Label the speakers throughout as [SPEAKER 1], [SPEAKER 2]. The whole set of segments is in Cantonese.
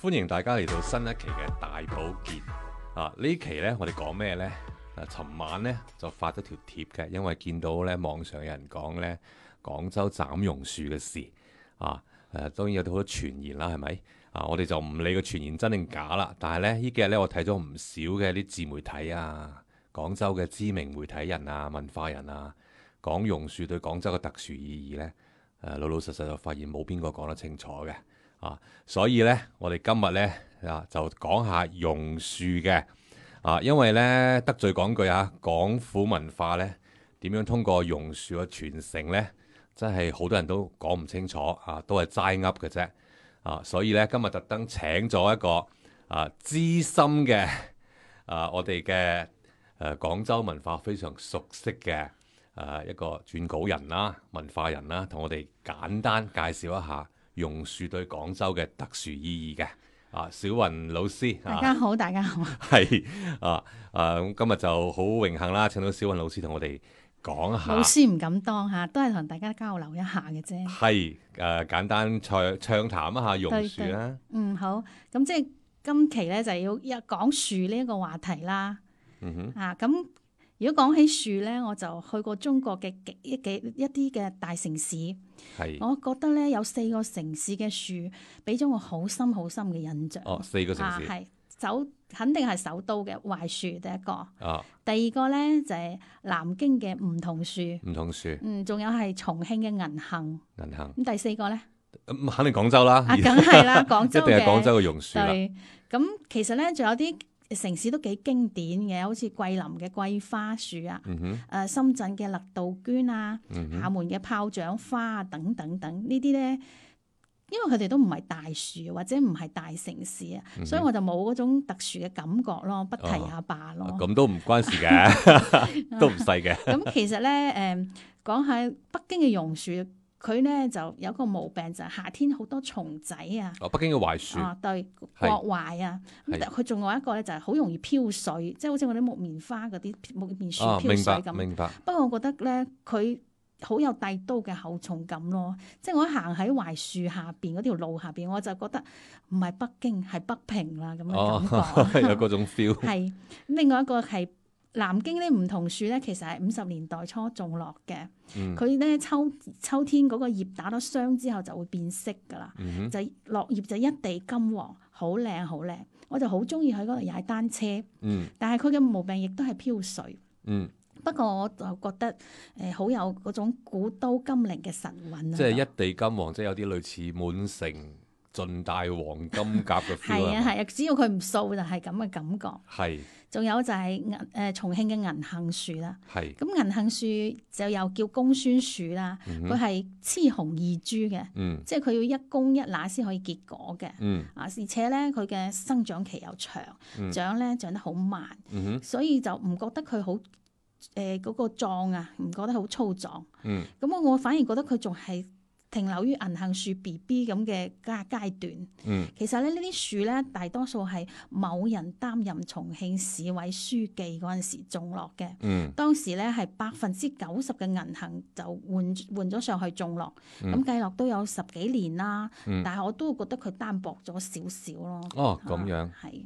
[SPEAKER 1] 歡迎大家嚟到新一期嘅大保健啊！呢期呢，我哋講咩呢？嗱，尋晚呢就發咗條貼嘅，因為見到呢網上有人講呢廣州斬榕樹嘅事啊，誒、當然有好多傳言啦，係咪？啊，我哋就唔理個傳言真定假啦。但係呢，呢幾日呢，我睇咗唔少嘅啲自媒體啊，廣州嘅知名媒體人啊、文化人啊，講榕樹對廣州嘅特殊意義呢，誒、老老實實就發現冇邊個講得清楚嘅。啊，所以咧，我哋今日咧啊，就講下榕樹嘅啊，因為咧得罪講句啊，廣府文化咧點樣通過榕樹嘅傳承咧，真係好多人都講唔清楚啊，都係齋噏嘅啫啊，所以咧今日特登請咗一個啊資深嘅啊，我哋嘅誒廣州文化非常熟悉嘅。誒、一個撰稿人啦、文化人啦，同我哋簡單介紹一下榕樹對廣州嘅特殊意義嘅。啊，小雲老師，
[SPEAKER 2] 大
[SPEAKER 1] 啊
[SPEAKER 2] 家好，大 家好。
[SPEAKER 1] 係啊啊，咁今日就好榮幸啦，請到小雲老師同我哋講下。
[SPEAKER 2] 老師唔敢當嚇，都係同大家交流一下嘅啫。
[SPEAKER 1] 係誒、呃、簡單暢暢談一下榕樹
[SPEAKER 2] 對
[SPEAKER 1] 啦，
[SPEAKER 2] 嗯，好。咁即係今期咧就要一講樹呢一個話題啦。
[SPEAKER 1] 嗯哼，
[SPEAKER 2] 啊，咁如果講起樹咧，我就去過中國嘅幾一幾一啲嘅大城市，
[SPEAKER 1] 係
[SPEAKER 2] 我覺得咧有四個城市嘅樹俾咗我好深好深嘅印象。
[SPEAKER 1] 哦四個城
[SPEAKER 2] 啊，
[SPEAKER 1] 市
[SPEAKER 2] 係首肯定係首都嘅槐樹第一個，
[SPEAKER 1] 啊，
[SPEAKER 2] 第二個咧就係、南京嘅梧桐樹，
[SPEAKER 1] 唔同樹
[SPEAKER 2] 嗯，仲有係重慶嘅銀杏。
[SPEAKER 1] 銀杏，
[SPEAKER 2] 咁第四個咧？
[SPEAKER 1] 咁肯定廣州啦，
[SPEAKER 2] 啊，梗 係啦，
[SPEAKER 1] 哎
[SPEAKER 2] 廣
[SPEAKER 1] 一定
[SPEAKER 2] 州
[SPEAKER 1] 係
[SPEAKER 2] 嘅
[SPEAKER 1] 廣州嘅榕樹啦，
[SPEAKER 2] 對，咁其實咧仲有啲城市都幾經典嘅，好似桂林嘅桂花樹啊，
[SPEAKER 1] 嗯哼，
[SPEAKER 2] 誒、深圳嘅簕杜鹃啊，
[SPEAKER 1] 嗯哼，
[SPEAKER 2] 廈門嘅炮仗花啊，等等等呢啲咧。因為佢哋都唔係大樹或者唔係大城市啊，
[SPEAKER 1] 嗯哼
[SPEAKER 2] 所以我就冇嗰種特殊嘅感覺咯，不提也罷咯。
[SPEAKER 1] 啊哦咁都唔關事嘅， 都唔細嘅，
[SPEAKER 2] 咁其實咧，誒、講下北京嘅榕樹，佢咧就有個毛病就係、夏天好多蟲仔啊。
[SPEAKER 1] 哦，北京嘅槐樹，
[SPEAKER 2] 啊，對，
[SPEAKER 1] 係
[SPEAKER 2] 國槐啊，咁
[SPEAKER 1] 係
[SPEAKER 2] 但佢仲有一個咧，就係好容易飄水，即係好似我啲木棉花嗰啲木棉樹
[SPEAKER 1] 啊，
[SPEAKER 2] 飄
[SPEAKER 1] 明
[SPEAKER 2] 水
[SPEAKER 1] 白
[SPEAKER 2] 咁。
[SPEAKER 1] 明白，
[SPEAKER 2] 不過我覺得咧，佢好有帝都嘅厚重感咯。即係我一行喺槐樹下邊嗰條路下邊，我就覺得唔係北京係北平啦咁
[SPEAKER 1] 哦
[SPEAKER 2] 嘅 感，覺。
[SPEAKER 1] 有嗰種 feel，
[SPEAKER 2] 係另外一個係南京啲梧桐樹咧，其實係五十年代初種落嘅。
[SPEAKER 1] 嗯
[SPEAKER 2] 佢咧秋秋天嗰個葉打咗霜之後就會變色㗎啦。
[SPEAKER 1] 嗯哼，
[SPEAKER 2] 就落葉就一地金黃，好靚好靚。我就好中意喺嗰度踩單車，
[SPEAKER 1] 嗯
[SPEAKER 2] 但係佢嘅毛病亦都係飄水。
[SPEAKER 1] 嗯，
[SPEAKER 2] 不過我就覺得誒好、有嗰種古都金陵嘅神韻啊！
[SPEAKER 1] 即係一地金黃，即係有啲類似滿城盡帶黃金甲 嘅 feel
[SPEAKER 2] 係啊
[SPEAKER 1] 係嘛
[SPEAKER 2] 係啊，只要佢唔掃就係咁嘅感覺。
[SPEAKER 1] 係
[SPEAKER 2] 仲有就係銀誒重慶嘅銀杏樹啦，
[SPEAKER 1] 係，
[SPEAKER 2] 咁銀杏樹就又叫公孫樹啦，
[SPEAKER 1] 嗯
[SPEAKER 2] 佢
[SPEAKER 1] 哼，
[SPEAKER 2] 係雌雄異株嘅，
[SPEAKER 1] 嗯
[SPEAKER 2] 即係佢要一公一乸先可以結果嘅。
[SPEAKER 1] 嗯
[SPEAKER 2] 啊，而且咧佢嘅生長期又長，
[SPEAKER 1] 嗯
[SPEAKER 2] 長咧長得好慢。
[SPEAKER 1] 嗯哼，
[SPEAKER 2] 所以就唔覺得佢好誒嗰個壯啊，唔覺得好粗壯。
[SPEAKER 1] 嗯
[SPEAKER 2] 咁我我反而覺得佢仲係停留於銀杏樹 B B 咁嘅階階段。
[SPEAKER 1] 嗯。
[SPEAKER 2] 其實咧呢啲樹咧，大多數係某人擔任重慶市委書記嗰陣時種落嘅。
[SPEAKER 1] 嗯
[SPEAKER 2] 當時咧係百分之九十嘅銀杏就換換咗上去種落，咁、
[SPEAKER 1] 嗯
[SPEAKER 2] 計落都有十幾年啦。
[SPEAKER 1] 嗯
[SPEAKER 2] 但係我都覺得佢單薄咗少少咯。
[SPEAKER 1] 哦，咁樣
[SPEAKER 2] 啊係。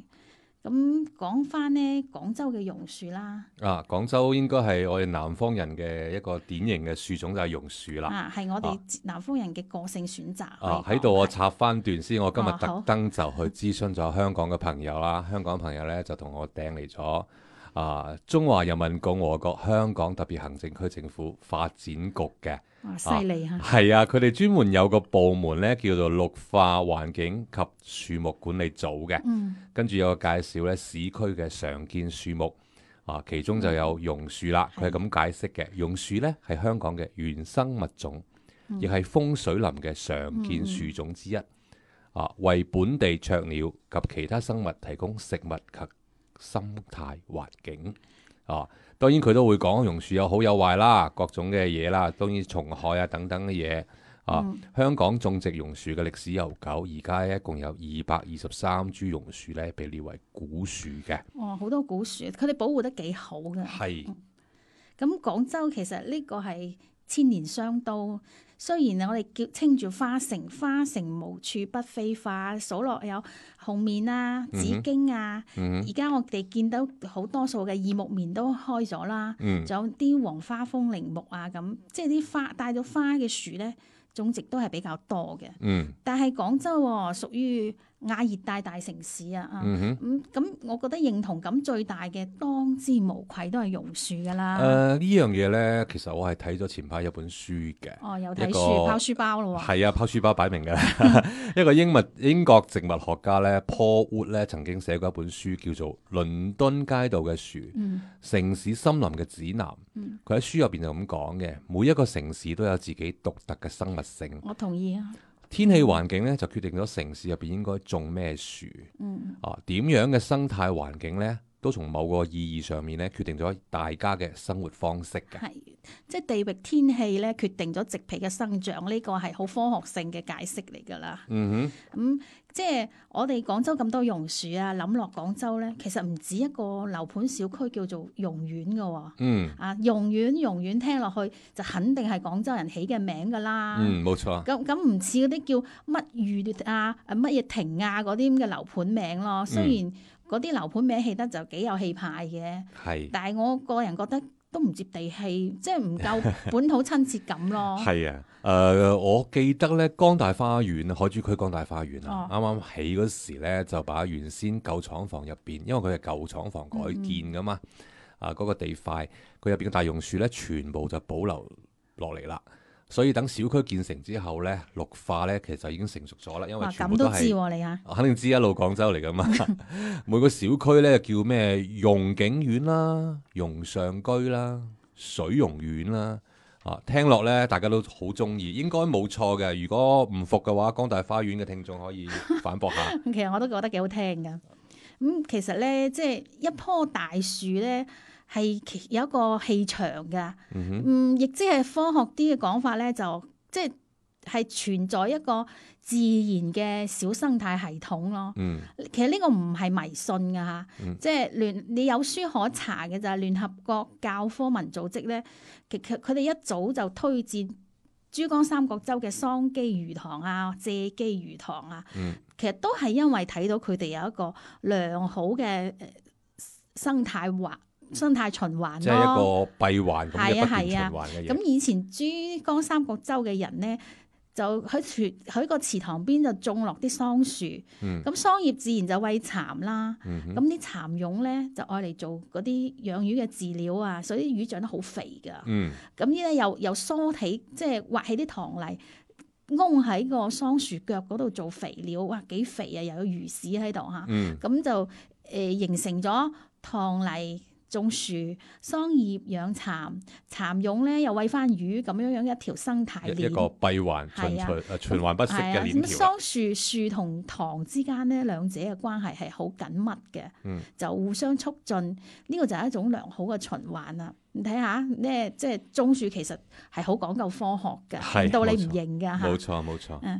[SPEAKER 2] 咁講翻咧，廣州嘅榕樹啦，
[SPEAKER 1] 啊，廣州應該係我哋南方人嘅一個典型嘅樹種就係榕樹啦。
[SPEAKER 2] 啊係我哋
[SPEAKER 1] 啊
[SPEAKER 2] 南方人嘅個性選擇
[SPEAKER 1] 啊，
[SPEAKER 2] 可
[SPEAKER 1] 喺
[SPEAKER 2] 以講
[SPEAKER 1] 度我
[SPEAKER 2] 係
[SPEAKER 1] 插翻段先，我今日
[SPEAKER 2] 哦好
[SPEAKER 1] 特登就去諮詢咗香港嘅朋友啦，香港朋友呢，就同我訂嚟咗啊中華人民共和國香港特別行政區政府發展局嘅。
[SPEAKER 2] 哇犀利嚇，
[SPEAKER 1] 係啊，佢哋專門有個部門咧，叫做綠化環境及樹木管理組嘅。
[SPEAKER 2] 嗯
[SPEAKER 1] 跟住有個介紹咧，市區嘅常見樹木啊，其中就有榕樹啦。佢係
[SPEAKER 2] 係
[SPEAKER 1] 咁解釋嘅，榕樹咧係香港嘅原生物種，亦係風水林嘅常見樹種之一。啊，為本地雀鳥及其他生物提供食物及生態環境。啊，當然佢都會講榕樹有好有壞啦，各種嘅嘢啦，當然蟲害啊等等嘅嘢。啊，
[SPEAKER 2] 嗯
[SPEAKER 1] 香港種植榕樹嘅歷史悠久，而家一共有二百二十三株榕樹咧，被列為古樹嘅。
[SPEAKER 2] 哇好多古樹，佢哋保護得幾好嘅。
[SPEAKER 1] 係，
[SPEAKER 2] 咁廣州其實呢個係千年商都。雖然我哋叫稱住花城，花城無處不飛花，數落有紅棉啊、
[SPEAKER 1] 嗯哼
[SPEAKER 2] 紫荊啊，
[SPEAKER 1] 嗯
[SPEAKER 2] 而家、我哋見到好多數嘅二木棉都開咗啦，
[SPEAKER 1] 嗯
[SPEAKER 2] 仲有啲黃花風鈴木啊咁，即係啲花帶咗花嘅樹咧，種植都係比較多嘅。
[SPEAKER 1] 嗯
[SPEAKER 2] 但係廣州喎、屬於亞熱帶大城市啊，啊
[SPEAKER 1] 嗯哼。
[SPEAKER 2] 咁咁、我覺得認同感最大嘅當之無愧都係榕樹㗎啦。
[SPEAKER 1] 誒、呃呢樣嘢咧，其實我係睇咗前排有本書嘅，
[SPEAKER 2] 哦，有睇
[SPEAKER 1] 一
[SPEAKER 2] 書
[SPEAKER 1] 個
[SPEAKER 2] 拋書包咯喎。
[SPEAKER 1] 係啊，拋書包擺明嘅。 一個英物英國植物學家咧，Paul Wood 咧曾經寫過一本書叫做《倫敦街道嘅樹：
[SPEAKER 2] 嗯
[SPEAKER 1] 城市森林嘅指南》。
[SPEAKER 2] 嗯
[SPEAKER 1] 佢喺書入邊就咁講嘅，每一個城市都有自己獨特嘅生物性，
[SPEAKER 2] 我同意啊。
[SPEAKER 1] 天氣環境咧就決定咗城市入邊應該種咩樹
[SPEAKER 2] 嗯，
[SPEAKER 1] 啊，點樣嘅生態環境咧，都從某個意義上面咧決定咗大家嘅生活方式嘅。
[SPEAKER 2] 係，即係地域天氣咧，決定咗植被嘅生長，呢個係好科學性嘅解釋嚟㗎啦。
[SPEAKER 1] 嗯
[SPEAKER 2] 咁、即係我哋廣州咁多榕樹啊，諗落廣州咧，其實唔止一個樓盤小區叫做榕苑㗎喎。
[SPEAKER 1] 哼，嗯
[SPEAKER 2] 啊，榕苑榕苑聽落去就肯定係廣州人起嘅名㗎啦。
[SPEAKER 1] 嗯，冇錯。
[SPEAKER 2] 咁咁唔似嗰啲叫乜裕啊、誒乜嘢亭啊嗰啲咁嘅樓盤名咯。
[SPEAKER 1] 嗯
[SPEAKER 2] 雖然嗰啲樓盤名起得就幾有氣派嘅，
[SPEAKER 1] 係
[SPEAKER 2] 但係我個人覺得都唔接地氣，即係唔夠 本土親切感咯。
[SPEAKER 1] 係啊，誒、我記得咧，江大花園海珠區江大花園
[SPEAKER 2] 哦
[SPEAKER 1] 啊，啱啱、起嗰時咧，就把原先舊廠房入邊，因為佢係舊廠房改建噶嘛，啊嗰、個地塊，佢入邊嘅大榕樹咧，全部就保留落嚟啦。所以等小區建成之後咧，綠化咧其實已經成熟咗啦，因為
[SPEAKER 2] 哇，
[SPEAKER 1] 全
[SPEAKER 2] 咁
[SPEAKER 1] 部都
[SPEAKER 2] 都知
[SPEAKER 1] 係。
[SPEAKER 2] 喎你啊！
[SPEAKER 1] 肯定知一路廣州嚟噶 嘛，每個小區咧叫咩榕景苑啦、榕上居啦、水榕苑啦，啊聽落咧大家都好中意，應該冇錯嘅。如果唔服嘅話，江大花園嘅聽眾可以反駁 下。
[SPEAKER 2] 其實我都覺得幾好聽㗎。咁、其實咧，即係一棵大樹咧，係其有一個氣場㗎。
[SPEAKER 1] 嗯
[SPEAKER 2] 嗯，亦即係科學啲嘅講法咧，就即係係存在一個自然嘅小生態系統咯。
[SPEAKER 1] 哼，嗯
[SPEAKER 2] 其實呢個唔係迷信㗎嚇，
[SPEAKER 1] 嗯
[SPEAKER 2] 即係聯你有書可查嘅就係聯合國教科文組織咧，其實佢哋一早就推薦珠江三角洲嘅桑基魚塘啊、借基魚塘啊，
[SPEAKER 1] 嗯
[SPEAKER 2] 其實都係因為睇到佢哋有一個良好嘅呃生態環、生態循環咯。
[SPEAKER 1] 即係一個閉環咁嘅
[SPEAKER 2] 係
[SPEAKER 1] 不
[SPEAKER 2] 啊
[SPEAKER 1] 斷循
[SPEAKER 2] 係啊
[SPEAKER 1] 環嘅嘢。
[SPEAKER 2] 咁以前珠江三角洲嘅人咧，就喺池喺個池塘邊就種落啲桑樹，咁、
[SPEAKER 1] 嗯
[SPEAKER 2] 桑葉自然就餵蠶啦。
[SPEAKER 1] 嗯
[SPEAKER 2] 咁啲蠶蛹咧就愛嚟做嗰啲養魚嘅飼料啊，所以啲魚長得好肥㗎。
[SPEAKER 1] 嗯
[SPEAKER 2] 咁呢咧又又梳起，即係挖起啲糖泥，擁喺個桑樹腳嗰度做肥料，哇幾肥啊！又有魚屎喺度嚇。
[SPEAKER 1] 嗯
[SPEAKER 2] 咁就誒、呃形成咗棠泥種樹、桑葉養蠶、蠶蛹咧又餵翻魚咁樣樣一條生態
[SPEAKER 1] 一一
[SPEAKER 2] 鏈。
[SPEAKER 1] 個閉環
[SPEAKER 2] 係
[SPEAKER 1] 循
[SPEAKER 2] 啊
[SPEAKER 1] 循呃循環不息
[SPEAKER 2] 係
[SPEAKER 1] 嘅
[SPEAKER 2] 啊，
[SPEAKER 1] 鏈
[SPEAKER 2] 咁
[SPEAKER 1] 條啊。
[SPEAKER 2] 桑樹樹同糖之間咧，兩者嘅關係係好緊密嘅，
[SPEAKER 1] 嗯
[SPEAKER 2] 就互相促進。呢、個就係一種良好嘅循環啦。你睇下咧，即係種樹其實係好講究科學
[SPEAKER 1] 係
[SPEAKER 2] 嘅，令到你
[SPEAKER 1] 冇
[SPEAKER 2] 唔
[SPEAKER 1] 錯
[SPEAKER 2] 認㗎嚇
[SPEAKER 1] 冇。錯冇錯，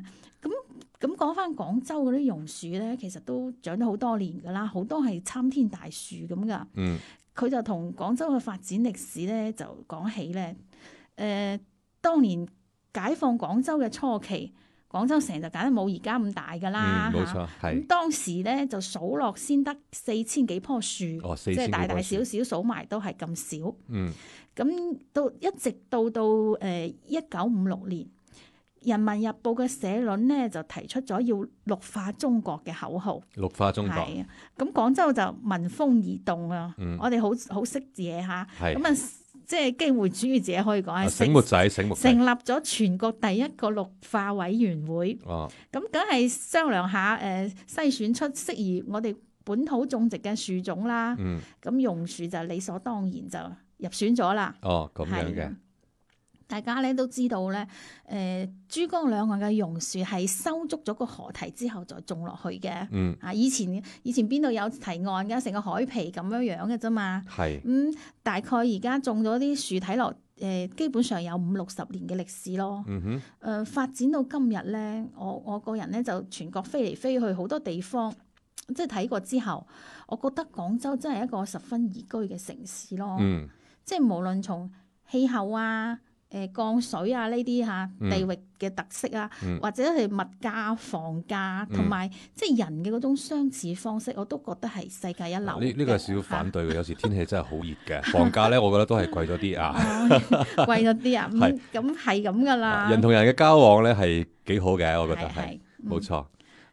[SPEAKER 2] 咁講翻廣州嗰啲榕樹咧，其實都長咗好多年㗎啦，好多係參天大樹咁㗎。
[SPEAKER 1] 嗯
[SPEAKER 2] 佢就同廣州嘅發展歷史咧就講起咧，誒、當年解放廣州嘅初期，廣州城就梗係冇而家咁大㗎啦
[SPEAKER 1] 嗯冇
[SPEAKER 2] 嚇
[SPEAKER 1] 錯係
[SPEAKER 2] 咁當時咧就數落先得四千幾棵樹，
[SPEAKER 1] 哦四
[SPEAKER 2] 即係
[SPEAKER 1] 千
[SPEAKER 2] 大
[SPEAKER 1] 幾
[SPEAKER 2] 大
[SPEAKER 1] 棵
[SPEAKER 2] 小
[SPEAKER 1] 樹，
[SPEAKER 2] 小數埋都係咁少。
[SPEAKER 1] 嗯
[SPEAKER 2] 咁到一直到到誒一九五六年，《人民日報》嘅社論咧就提出咗要綠化中國嘅口號。
[SPEAKER 1] 綠化中國
[SPEAKER 2] 係啊，咁廣州就聞風而動啊！
[SPEAKER 1] 嗯
[SPEAKER 2] 我哋好好識嘢嚇，
[SPEAKER 1] 係
[SPEAKER 2] 咁啊，即係機會主義者可以講
[SPEAKER 1] 啊
[SPEAKER 2] 係
[SPEAKER 1] 醒
[SPEAKER 2] 成
[SPEAKER 1] 目仔醒目仔
[SPEAKER 2] 成立咗全國第一個綠化委員會，
[SPEAKER 1] 哦。
[SPEAKER 2] 咁梗係商量下誒、呃篩選出適宜我哋本土種植嘅樹種啦。
[SPEAKER 1] 嗯，
[SPEAKER 2] 咁榕樹就理所當然就入選咗啦。
[SPEAKER 1] 哦，咁樣
[SPEAKER 2] 係
[SPEAKER 1] 嘅
[SPEAKER 2] 啊，大家咧都知道咧，誒、珠江兩岸嘅榕樹係收足咗個河堤之後再種落去嘅。
[SPEAKER 1] 嗯，
[SPEAKER 2] 啊！以前以前邊度有提岸㗎？成個海皮咁樣樣嘅啫嘛。
[SPEAKER 1] 係
[SPEAKER 2] 咁、，大概而家種咗啲樹睇落，誒、基本上有五六十年嘅歷史咯。誒、
[SPEAKER 1] 嗯哼，
[SPEAKER 2] 發展到今日咧，我我個人咧就全國飛嚟飛去好多地方，即係睇過之後，我覺得廣州真係哦一個十分宜居嘅城市咯。
[SPEAKER 1] 嗯
[SPEAKER 2] 即係無論從氣候啊、誒、誒降水啊呢啲嚇
[SPEAKER 1] 嗯
[SPEAKER 2] 地域嘅特色啊，
[SPEAKER 1] 嗯
[SPEAKER 2] 或者係物價、房價同埋即係人嘅嗰種相似方式，我都覺得係世界一流
[SPEAKER 1] 嗱
[SPEAKER 2] 嘅。
[SPEAKER 1] 啊呢呢個係少少反對嘅，有時天氣真係好熱嘅， 房價咧我覺得都係貴咗啲啊。
[SPEAKER 2] 啊 貴咗啲啊，
[SPEAKER 1] 係
[SPEAKER 2] 咁咁係咁噶啦。
[SPEAKER 1] 啊人同人嘅交往咧係幾好嘅，我覺得
[SPEAKER 2] 係
[SPEAKER 1] 係
[SPEAKER 2] 係嗯
[SPEAKER 1] 冇錯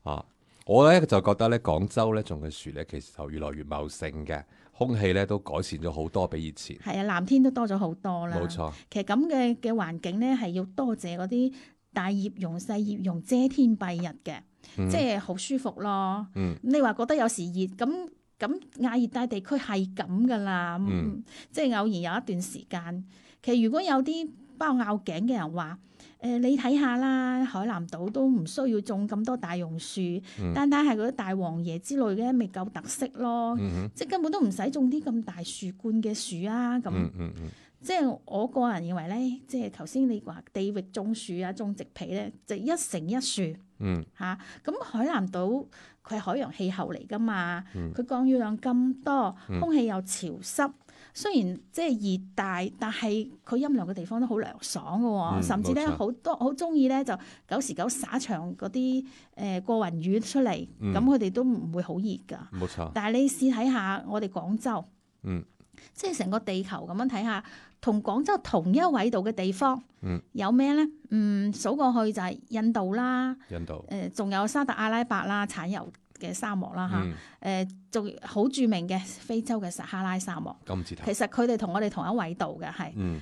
[SPEAKER 1] 啊！我咧就覺得咧廣州咧種嘅樹咧其實就越來越茂盛嘅，空氣咧都改善咗好多比以前，
[SPEAKER 2] 係啊，藍天都多咗好多啦。
[SPEAKER 1] 冇錯，
[SPEAKER 2] 其實咁嘅嘅環境咧，係要多謝嗰啲大葉榕、細葉榕遮天蔽日嘅，
[SPEAKER 1] 嗯
[SPEAKER 2] 即係好舒服咯。
[SPEAKER 1] 嗯
[SPEAKER 2] 咁你話覺得有時熱咁咁亞熱帶地區係咁噶啦，
[SPEAKER 1] 嗯
[SPEAKER 2] 即係偶然有一段時間。其實如果有啲包拗頸嘅人話。誒、你睇下啦，海南島都唔需要種咁多大榕樹，
[SPEAKER 1] 嗯
[SPEAKER 2] 單單係嗰啲大黃椰之類嘅咪夠特色咯，
[SPEAKER 1] 嗯
[SPEAKER 2] 即係根本都唔使種啲咁大樹冠嘅樹啊咁。
[SPEAKER 1] 哼嗯嗯嗯
[SPEAKER 2] 即係我個人認為咧，即係頭先你話地域種樹啊、種植被咧，就一城一樹
[SPEAKER 1] 嗯
[SPEAKER 2] 嚇。咁、海南島佢係海洋氣候嚟噶嘛，
[SPEAKER 1] 嗯
[SPEAKER 2] 佢降雨量咁多，空氣又潮濕。雖然即係熱帶，但係佢陰涼嘅地方都好涼爽嘅喎、
[SPEAKER 1] 嗯
[SPEAKER 2] 甚至咧
[SPEAKER 1] 冇錯
[SPEAKER 2] 好多好中意咧就九時九灑場嗰啲誒過雲雨出嚟，
[SPEAKER 1] 嗯
[SPEAKER 2] 咁佢哋都唔會好熱㗎。
[SPEAKER 1] 嗯冇錯，
[SPEAKER 2] 但係你試睇下我哋廣州，
[SPEAKER 1] 嗯，
[SPEAKER 2] 即係成個地球咁樣睇下，同廣州同一緯度嘅地方，
[SPEAKER 1] 嗯，
[SPEAKER 2] 有咩咧？嗯，數過去就係印度啦，
[SPEAKER 1] 印度
[SPEAKER 2] 誒、呃仲有沙特阿拉伯啦，產油嘅沙漠啦
[SPEAKER 1] 嗯
[SPEAKER 2] 嚇，誒、仲好著名嘅非洲嘅撒哈拉沙漠，
[SPEAKER 1] 金字塔
[SPEAKER 2] 其，實佢哋同我哋同一緯度嘅係，
[SPEAKER 1] 嗯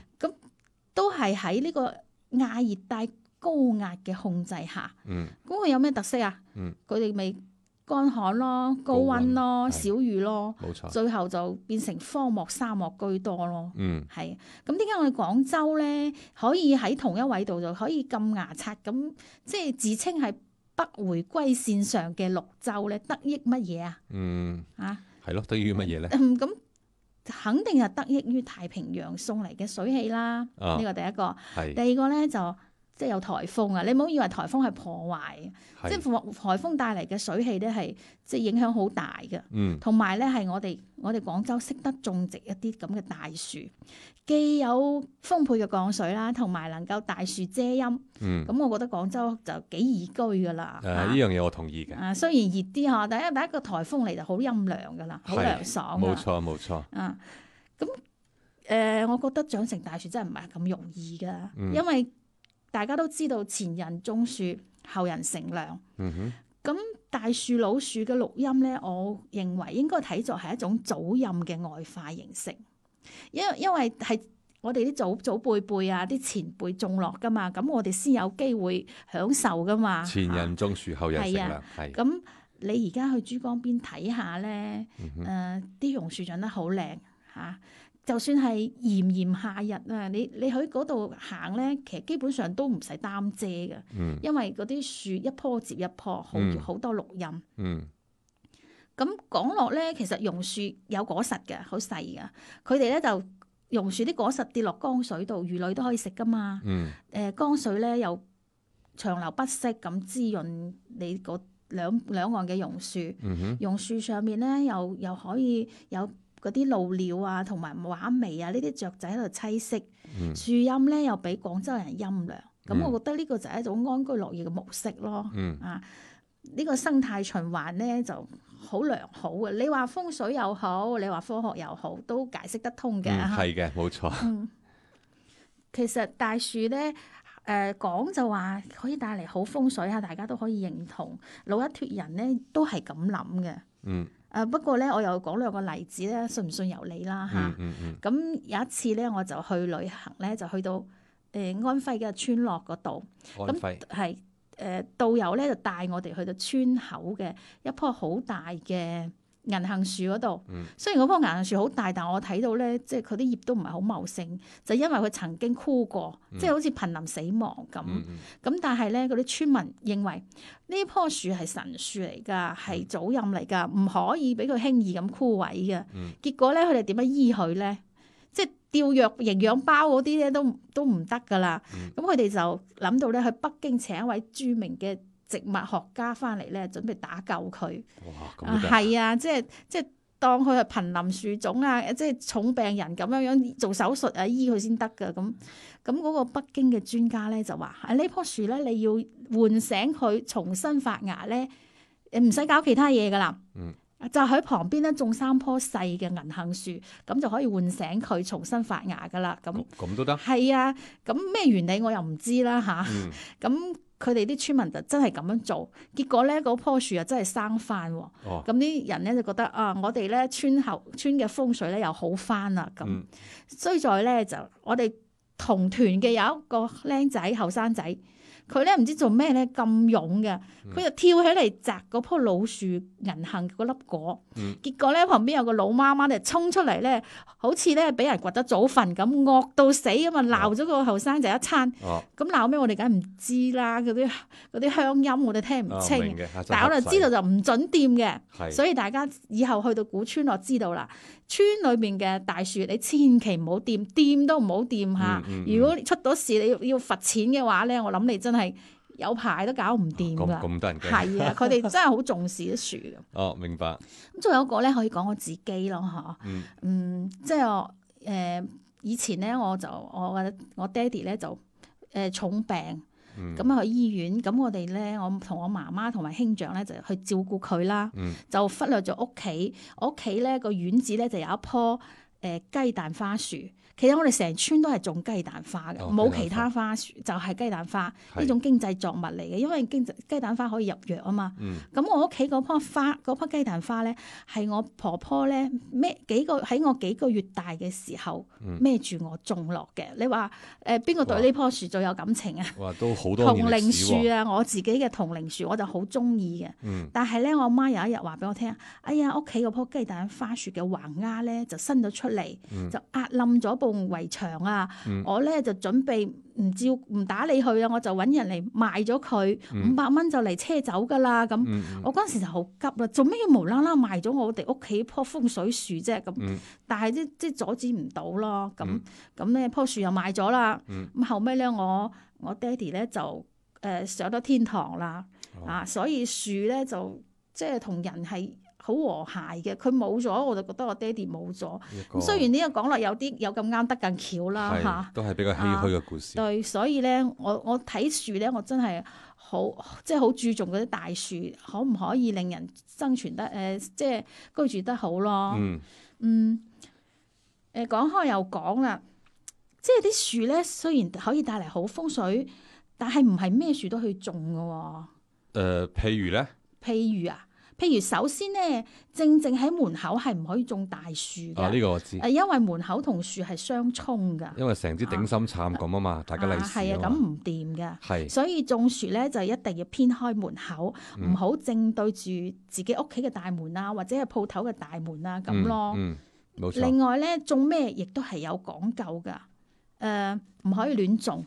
[SPEAKER 2] 都係喺呢個亞熱帶高壓嘅控制下。
[SPEAKER 1] 嗯
[SPEAKER 2] 咁佢有咩特色啊
[SPEAKER 1] 嗯？
[SPEAKER 2] 佢哋咪乾旱咯、高
[SPEAKER 1] 高溫
[SPEAKER 2] 温咯、
[SPEAKER 1] 係啊
[SPEAKER 2] 少雨咯，
[SPEAKER 1] 冇錯，
[SPEAKER 2] 最後就變成荒漠、沙漠居多咯。
[SPEAKER 1] 嗯
[SPEAKER 2] 係，啊咁點解我哋廣州咧可以喺同一緯度就可以咁牙刷咁，即係自稱係北回歸線上嘅綠洲咧？得益乜嘢啊？
[SPEAKER 1] 嗯
[SPEAKER 2] 啊，
[SPEAKER 1] 係咯，對於乜嘢咧？
[SPEAKER 2] 嗯咁、肯定係得益於太平洋送嚟嘅水氣啦。
[SPEAKER 1] 啊
[SPEAKER 2] 嗯呢個第一個，第
[SPEAKER 1] 係
[SPEAKER 2] 二個咧就即係有颱風啊！你唔好以為颱風係破壞。啊即係
[SPEAKER 1] 係
[SPEAKER 2] 颱颱風帶嚟嘅水氣咧，係即係影響好大嘅。
[SPEAKER 1] 嗯
[SPEAKER 2] 同埋咧，係我哋我哋廣州識得種植一啲咁嘅大樹，既有豐沛嘅降水啦，同埋能夠大樹遮陰。咁、啊
[SPEAKER 1] 嗯
[SPEAKER 2] 我覺得廣州就幾宜居噶啦。
[SPEAKER 1] 誒呢樣嘢我同意嘅，
[SPEAKER 2] 啊，雖然熱啲嚇，但係第一個颱風嚟就好陰涼噶啦，好
[SPEAKER 1] 係
[SPEAKER 2] 涼爽
[SPEAKER 1] 冇
[SPEAKER 2] 噶。
[SPEAKER 1] 錯冇錯，
[SPEAKER 2] 啊，咁誒、我覺得長成大樹真係唔係咁容易噶，
[SPEAKER 1] 嗯
[SPEAKER 2] 因為大家都知道前人種樹，後人乘涼。
[SPEAKER 1] 嗯哼
[SPEAKER 2] 大樹老樹嘅錄音咧，我認為應該睇作係一種早蔭嘅外化形式，因因為係我哋啲祖祖輩輩啊、啲前輩種落噶嘛，咁我哋先有機會享受噶嘛。
[SPEAKER 1] 前人種樹後人乘
[SPEAKER 2] 啊係
[SPEAKER 1] 涼
[SPEAKER 2] 啊，
[SPEAKER 1] 係
[SPEAKER 2] 咁你而家去珠江邊睇下咧，
[SPEAKER 1] 嗯
[SPEAKER 2] 誒啲榕樹長得好靚嚇，就算係炎炎夏日啊，你你喺嗰度行咧，其實基本上都唔使擔遮嘅，
[SPEAKER 1] 嗯
[SPEAKER 2] 因為嗰啲樹一棵接一棵，好
[SPEAKER 1] 嗯
[SPEAKER 2] 好多綠蔭。
[SPEAKER 1] 嗯
[SPEAKER 2] 咁講落咧，其實榕樹有果實嘅，好細嘅。佢哋咧就榕樹啲果實跌落江水度，魚類都可以食噶嘛。
[SPEAKER 1] 嗯
[SPEAKER 2] 誒、江水咧又長流不息咁滋潤你嗰兩兩岸嘅榕樹。
[SPEAKER 1] 嗯哼
[SPEAKER 2] 榕樹上面咧又又可以有嗰啲鷺鳥啊，同埋畫眉啊呢啲雀仔喺度棲息。
[SPEAKER 1] 嗯
[SPEAKER 2] 樹蔭咧又俾廣州人陰涼。咁、
[SPEAKER 1] 嗯
[SPEAKER 2] 我覺得呢個就係一種安居樂業嘅模式咯。
[SPEAKER 1] 嗯。
[SPEAKER 2] 啊，呢、個生態循環咧就好良好嘅。你話風水又好，你話科學又好，都解釋得通嘅。啊
[SPEAKER 1] 嗯，係嘅，冇錯，
[SPEAKER 2] 嗯其實大樹咧，誒、講就話可以帶嚟好風水啊，大家都可以認同。老一脱人咧都係咁諗嘅。
[SPEAKER 1] 嗯
[SPEAKER 2] 誒、不過咧，我又講兩個例子咧，信唔信由你啦嚇。
[SPEAKER 1] 嗯嗯嗯，
[SPEAKER 2] 咁有一次咧，我就去旅行咧，就去到誒、安徽嘅村落嗰度。
[SPEAKER 1] 嗯安徽，
[SPEAKER 2] 係誒、呃導遊咧就帶我哋去到村口嘅一棵好大嘅銀杏樹嗰度。
[SPEAKER 1] 嗯
[SPEAKER 2] 雖然嗰棵銀杏樹好大，但我睇到咧，即係佢啲葉都唔係好茂盛，就因為佢曾經枯過，即係好似瀕臨死亡咁。
[SPEAKER 1] 嗯
[SPEAKER 2] 咁、
[SPEAKER 1] 嗯
[SPEAKER 2] 但係咧，嗰啲村民認為呢棵樹係神樹嚟㗎，
[SPEAKER 1] 嗯
[SPEAKER 2] 係祖蔭嚟㗎，唔可以俾佢輕易咁枯萎嘅。
[SPEAKER 1] 嗯
[SPEAKER 2] 結果咧，佢哋點樣醫佢咧？即係吊藥營養包嗰啲咧，都都唔得㗎啦
[SPEAKER 1] 嗯。
[SPEAKER 2] 咁佢哋就諗到咧，去北京請一位著名嘅植物學家翻嚟咧，準備打救佢。
[SPEAKER 1] 哇，咁
[SPEAKER 2] 啊，
[SPEAKER 1] 都得，
[SPEAKER 2] 係啊，即係即係當佢係瀕臨樹種啊，即係重病人咁樣樣做手術啊，醫佢先得㗎咁。咁嗰個北京嘅專家咧就話：啊呢棵樹咧，你要喚醒佢重新發芽咧，誒唔使搞其他嘢㗎啦。
[SPEAKER 1] 嗯。
[SPEAKER 2] 就喺旁邊咧種三棵細嘅銀杏樹，咁就可以喚醒佢重新發芽㗎啦。咁
[SPEAKER 1] 咁咁都得，
[SPEAKER 2] 係啊，咁咩原理我又唔知啦吓，
[SPEAKER 1] 嗯，
[SPEAKER 2] 咁佢哋啲村民就真係咁樣做，結果咧嗰棵樹又真係生翻喎。
[SPEAKER 1] 哦，
[SPEAKER 2] 咁啲人咧就覺得啊，我哋咧村後村嘅風水咧又好翻啦咁。
[SPEAKER 1] 嗯，
[SPEAKER 2] 衰在咧就我哋同團嘅有一個僆仔後生仔，佢咧唔知做咩咧咁勇嘅，
[SPEAKER 1] 嗯
[SPEAKER 2] 佢就跳起嚟摘嗰棵老樹銀杏嗰粒果，
[SPEAKER 1] 嗯
[SPEAKER 2] 結果咧旁邊有個老媽媽咧衝出嚟咧，好似咧俾人掘咗祖墳咁，惡到死咁啊鬧咗個後生仔一餐，
[SPEAKER 1] 哦，
[SPEAKER 2] 咁鬧咩我哋梗係唔知啦，嗰啲嗰啲鄉音我哋聽唔
[SPEAKER 1] 啊
[SPEAKER 2] 清
[SPEAKER 1] 明，嘅，啊
[SPEAKER 2] 但係我就知道，就唔準掂嘅。
[SPEAKER 1] 係
[SPEAKER 2] 所以大家以後去到古村落知道啦，村裏面嘅大樹你千祈唔好掂，掂都唔好掂嚇。
[SPEAKER 1] 嗯嗯嗯
[SPEAKER 2] 如果出咗事你要要罰錢嘅話咧，我諗你真係有排都搞唔掂
[SPEAKER 1] 咁
[SPEAKER 2] 㗎。
[SPEAKER 1] 咁得人驚，
[SPEAKER 2] 係啊，佢哋真係好重視啲樹 㗎。
[SPEAKER 1] 哦，明白，
[SPEAKER 2] 咁仲有一個咧，可以講我自己咯嚇。
[SPEAKER 1] 嗯
[SPEAKER 2] 嗯，即係我誒、呃以前咧，我就我嘅我爹哋咧就誒、呃重病，
[SPEAKER 1] 嗯
[SPEAKER 2] 咁啊去醫院，咁我哋咧，我同我媽媽同埋兄長咧就去照顧佢啦，
[SPEAKER 1] 嗯
[SPEAKER 2] 就忽略咗屋企。我屋企咧個院子咧就有一棵誒、呃、雞蛋花樹。其實我哋成村都係種雞蛋花嘅，
[SPEAKER 1] 哦
[SPEAKER 2] 冇、
[SPEAKER 1] 雞蛋花
[SPEAKER 2] 其他花樹，就係、雞蛋花
[SPEAKER 1] 係
[SPEAKER 2] 呢種經濟作物嚟嘅，因為經濟雞蛋花可以入藥啊嘛。
[SPEAKER 1] 嗯，
[SPEAKER 2] 咁我屋企嗰棵花嗰棵雞蛋花咧，係我婆婆咧孭幾個喺我幾個月大嘅時候
[SPEAKER 1] 嗯
[SPEAKER 2] 孭住我種落嘅。你話誒邊個對呢棵樹最有感情啊？
[SPEAKER 1] 哇，都好多
[SPEAKER 2] 同
[SPEAKER 1] 年歷
[SPEAKER 2] 齡
[SPEAKER 1] 史
[SPEAKER 2] 樹
[SPEAKER 1] 喎，
[SPEAKER 2] 啊，我自己嘅同齡樹我就好中意嘅。
[SPEAKER 1] 嗯，
[SPEAKER 2] 但係咧，我媽有一日話俾我聽，哎呀，屋企嗰棵雞蛋花樹嘅橫丫咧就伸咗出嚟，
[SPEAKER 1] 嗯
[SPEAKER 2] 就壓冧咗埲圍牆啊！
[SPEAKER 1] 嗯
[SPEAKER 2] 我咧就準備唔照唔打理佢啊，我就揾人嚟賣咗佢，
[SPEAKER 1] 嗯
[SPEAKER 2] 五百蚊就嚟車走噶啦咁。
[SPEAKER 1] 嗯嗯
[SPEAKER 2] 我嗰陣時就好急啦，做咩要無啦啦賣咗我哋屋企棵風水樹啫咁？
[SPEAKER 1] 嗯
[SPEAKER 2] 但係即即阻止唔到咯，咁
[SPEAKER 1] 嗯
[SPEAKER 2] 咁咧樖樹又賣咗啦。咁、
[SPEAKER 1] 嗯
[SPEAKER 2] 後尾咧，我我爹哋咧就誒、呃上咗天堂啦，
[SPEAKER 1] 哦
[SPEAKER 2] 啊，所以樹咧就即係同人係好和諧嘅。佢冇咗，我就覺得我爹哋冇咗。
[SPEAKER 1] 一個
[SPEAKER 2] 咁雖然呢個講落有啲有咁啱得咁巧啦
[SPEAKER 1] 哦係
[SPEAKER 2] 嚇。啊
[SPEAKER 1] 都係比較唏噓嘅故事，
[SPEAKER 2] 對，所以咧，我我睇樹咧，我真係好即係好注重嗰啲大樹，可唔可以令人生存得誒、呃即係居住得好咯。
[SPEAKER 1] 嗯，
[SPEAKER 2] 嗯，誒、講開又講啦，即係啲樹咧，雖然可以帶嚟好風水，但係唔係咩樹都去種嘅喎、
[SPEAKER 1] 誒，譬如咧，
[SPEAKER 2] 譬如啊，譬如首先咧，正正喺門口係唔可以種大樹
[SPEAKER 1] 啊
[SPEAKER 2] 嘅，
[SPEAKER 1] 呢個我知
[SPEAKER 2] 誒、。因為門口同樹係相衝㗎，
[SPEAKER 1] 因為成支頂心杉咁啊嘛，大家利
[SPEAKER 2] 啊
[SPEAKER 1] 是
[SPEAKER 2] 係啊，
[SPEAKER 1] 嘛
[SPEAKER 2] 咁唔掂㗎。
[SPEAKER 1] 係
[SPEAKER 2] 所以種樹咧就一定要偏開門口，
[SPEAKER 1] 嗯
[SPEAKER 2] 唔好、正對住自己屋企嘅大門啊，或者係鋪頭嘅大門啊咁咯。
[SPEAKER 1] 嗯，嗯冇錯。
[SPEAKER 2] 另外咧，種咩亦都係有講究噶。誒、唔可以亂種。